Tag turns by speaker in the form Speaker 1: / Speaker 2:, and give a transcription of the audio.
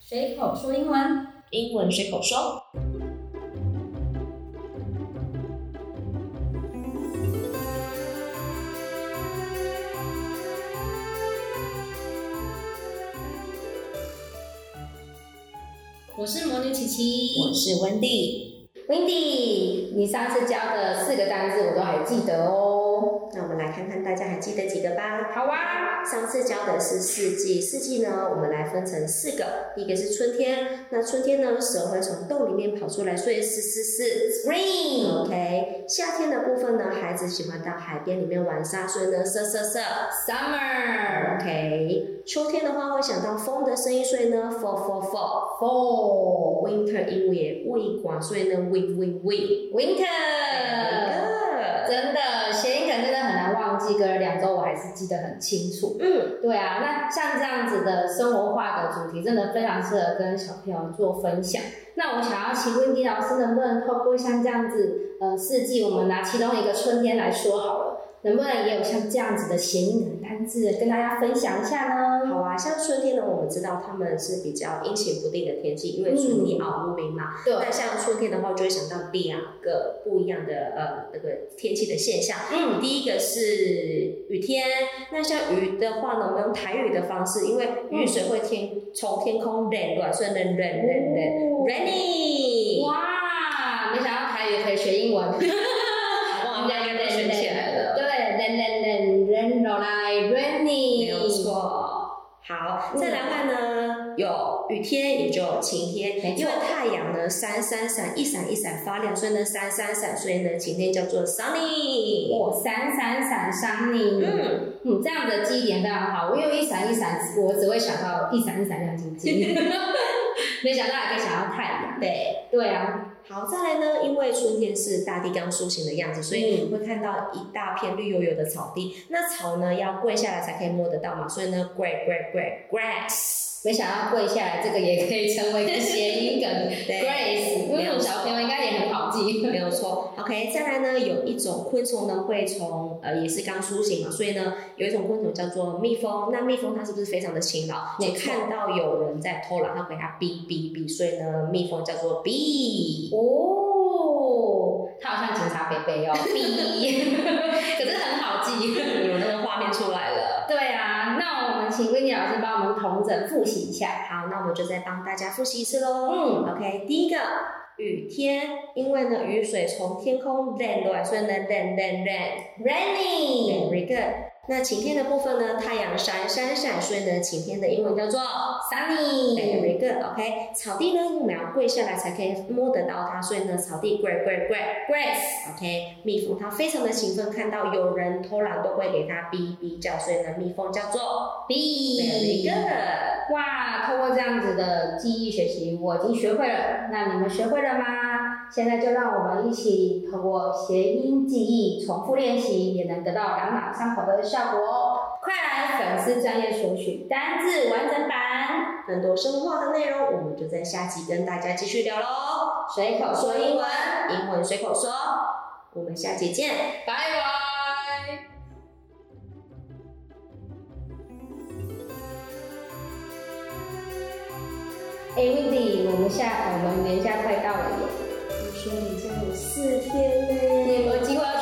Speaker 1: 随口说英文，
Speaker 2: 英文随口说。
Speaker 1: 我是魔女琪琪，
Speaker 2: 我是温蒂，
Speaker 3: Windy，你上次教的四个单字我都还记得哦。
Speaker 4: 那我们来看看大家还记得几个吧。
Speaker 3: 好啊，
Speaker 4: 上次教的是四季，四季呢，我们来分成四个。第一个是春天，那春天呢，蛇会从洞里面跑出来，所以是是是。
Speaker 3: Spring，
Speaker 4: OK，夏天的部分呢，孩子喜欢到海边里面玩沙，所以呢，瑟瑟瑟。
Speaker 3: Summer，
Speaker 4: OK，秋天的话会想到风的声音，所以呢，fall fall fall。
Speaker 3: Fall，
Speaker 4: Winter 因为也未刮，所以呢，win win win。
Speaker 3: Winter，
Speaker 4: Good
Speaker 3: 真的谐音梗真的很难忘记，隔了两周我还是记得很清楚。
Speaker 4: 嗯，
Speaker 3: 对啊，那像这样子的生活化的主题，真的非常适合跟小朋友做分享。那我想要请 Windy 老师，能不能透过像这样子，呃，四季，我们拿其中一个春天来说好了，能不能也有像这样子的谐音梗单字跟大家分享一下呢？
Speaker 4: 好啊，像春天呢，我们知道他们是比较阴晴不定的天气，因为春天奥乌云嘛。
Speaker 3: 对，
Speaker 4: 那像春天的话，就会想到两个不一样的呃那个天气的现象。
Speaker 3: 嗯，
Speaker 4: 第一个是雨天，那像雨的话呢，我们用台语的方式，因为雨水会天从天空 rain 过来，所以 rain rain rain rain rainy，
Speaker 3: 哦哇，没想到台语可以学英 文，
Speaker 4: 好不好？大家都学起来了。
Speaker 3: 对，人人人人落来 rainy，
Speaker 4: 没有错。好，
Speaker 3: 嗯
Speaker 4: 再来看呢，有雨天也就有晴
Speaker 3: 没
Speaker 4: 天，
Speaker 3: 错
Speaker 4: 因为太阳呢闪闪闪，一闪一闪发亮，所以呢闪闪闪，所以呢晴天叫做 sunny。
Speaker 3: 我闪闪闪闪你，
Speaker 4: 嗯，
Speaker 3: 嗯，这样的记忆点非常好。我有一闪一闪，我只会想到一闪一闪亮晶晶， 没想到还可以想到太阳。
Speaker 4: 对。
Speaker 3: 对啊，
Speaker 4: 好，再来呢，因为春天是大地刚苏醒的样子，所以你会看到一大片绿油油的草地。那草呢要跪下来才可以摸得到嘛，所以呢 g r a g r a g r a grass。
Speaker 3: 没想到跪下来这个也可以成为一个谐音梗。Grace，
Speaker 4: 没有
Speaker 3: 嗯小朋友应该也很好记。
Speaker 4: 没有错。OK，再来呢，有一种昆虫呢会从呃也是刚苏醒嘛，所以呢有一种昆虫叫做蜜蜂。那蜜蜂它是不是非常的勤劳？
Speaker 3: 没
Speaker 4: 你
Speaker 3: 错
Speaker 4: 看到有人在偷懒，它会给它哔哔哔，所以呢蜜蜂叫做 bee。
Speaker 3: 哦，他好像警察贝贝哦， 哔，可是很好记。
Speaker 4: 有那个画面出来了。
Speaker 3: 对啊，那我们请 w i n d y 老师帮我们同整复习一下。
Speaker 4: 好，那我们就再帮大家复习一次喽。
Speaker 3: 嗯
Speaker 4: OK，第一个雨天，因为呢雨水从天空 rain 落来，所以呢 rain rain rain。
Speaker 3: Rainy
Speaker 4: Very good。那晴天的部分呢，太阳闪闪闪，所以呢晴天的英文叫做
Speaker 3: Sunny，
Speaker 4: very good。OK，草地呢我们要跪下来才可以摸得到它，所以呢草地 great great great。
Speaker 3: Grace，
Speaker 4: OK，蜜蜂它非常的兴奋，看到有人偷懒都会给它哔哔叫，所以呢蜜蜂叫做 very
Speaker 3: B。
Speaker 4: good。
Speaker 3: 哇，透过这样子的记忆学习，我已经学会了。那你们学会了吗？现在就让我们一起透过谐音记忆重复练习，也能得到朗朗上口的效果哦。快来粉丝专业索取单字完整版，
Speaker 4: 更多生活化的内容，我们就在下集跟大家继续聊喽。
Speaker 3: 随口说英文，
Speaker 4: 英文随口说，我们下集见。
Speaker 3: 拜拜。哎，Wendy，我们下我们年假快到了耶，
Speaker 4: 我说你家有四天呢
Speaker 3: 你有没有计划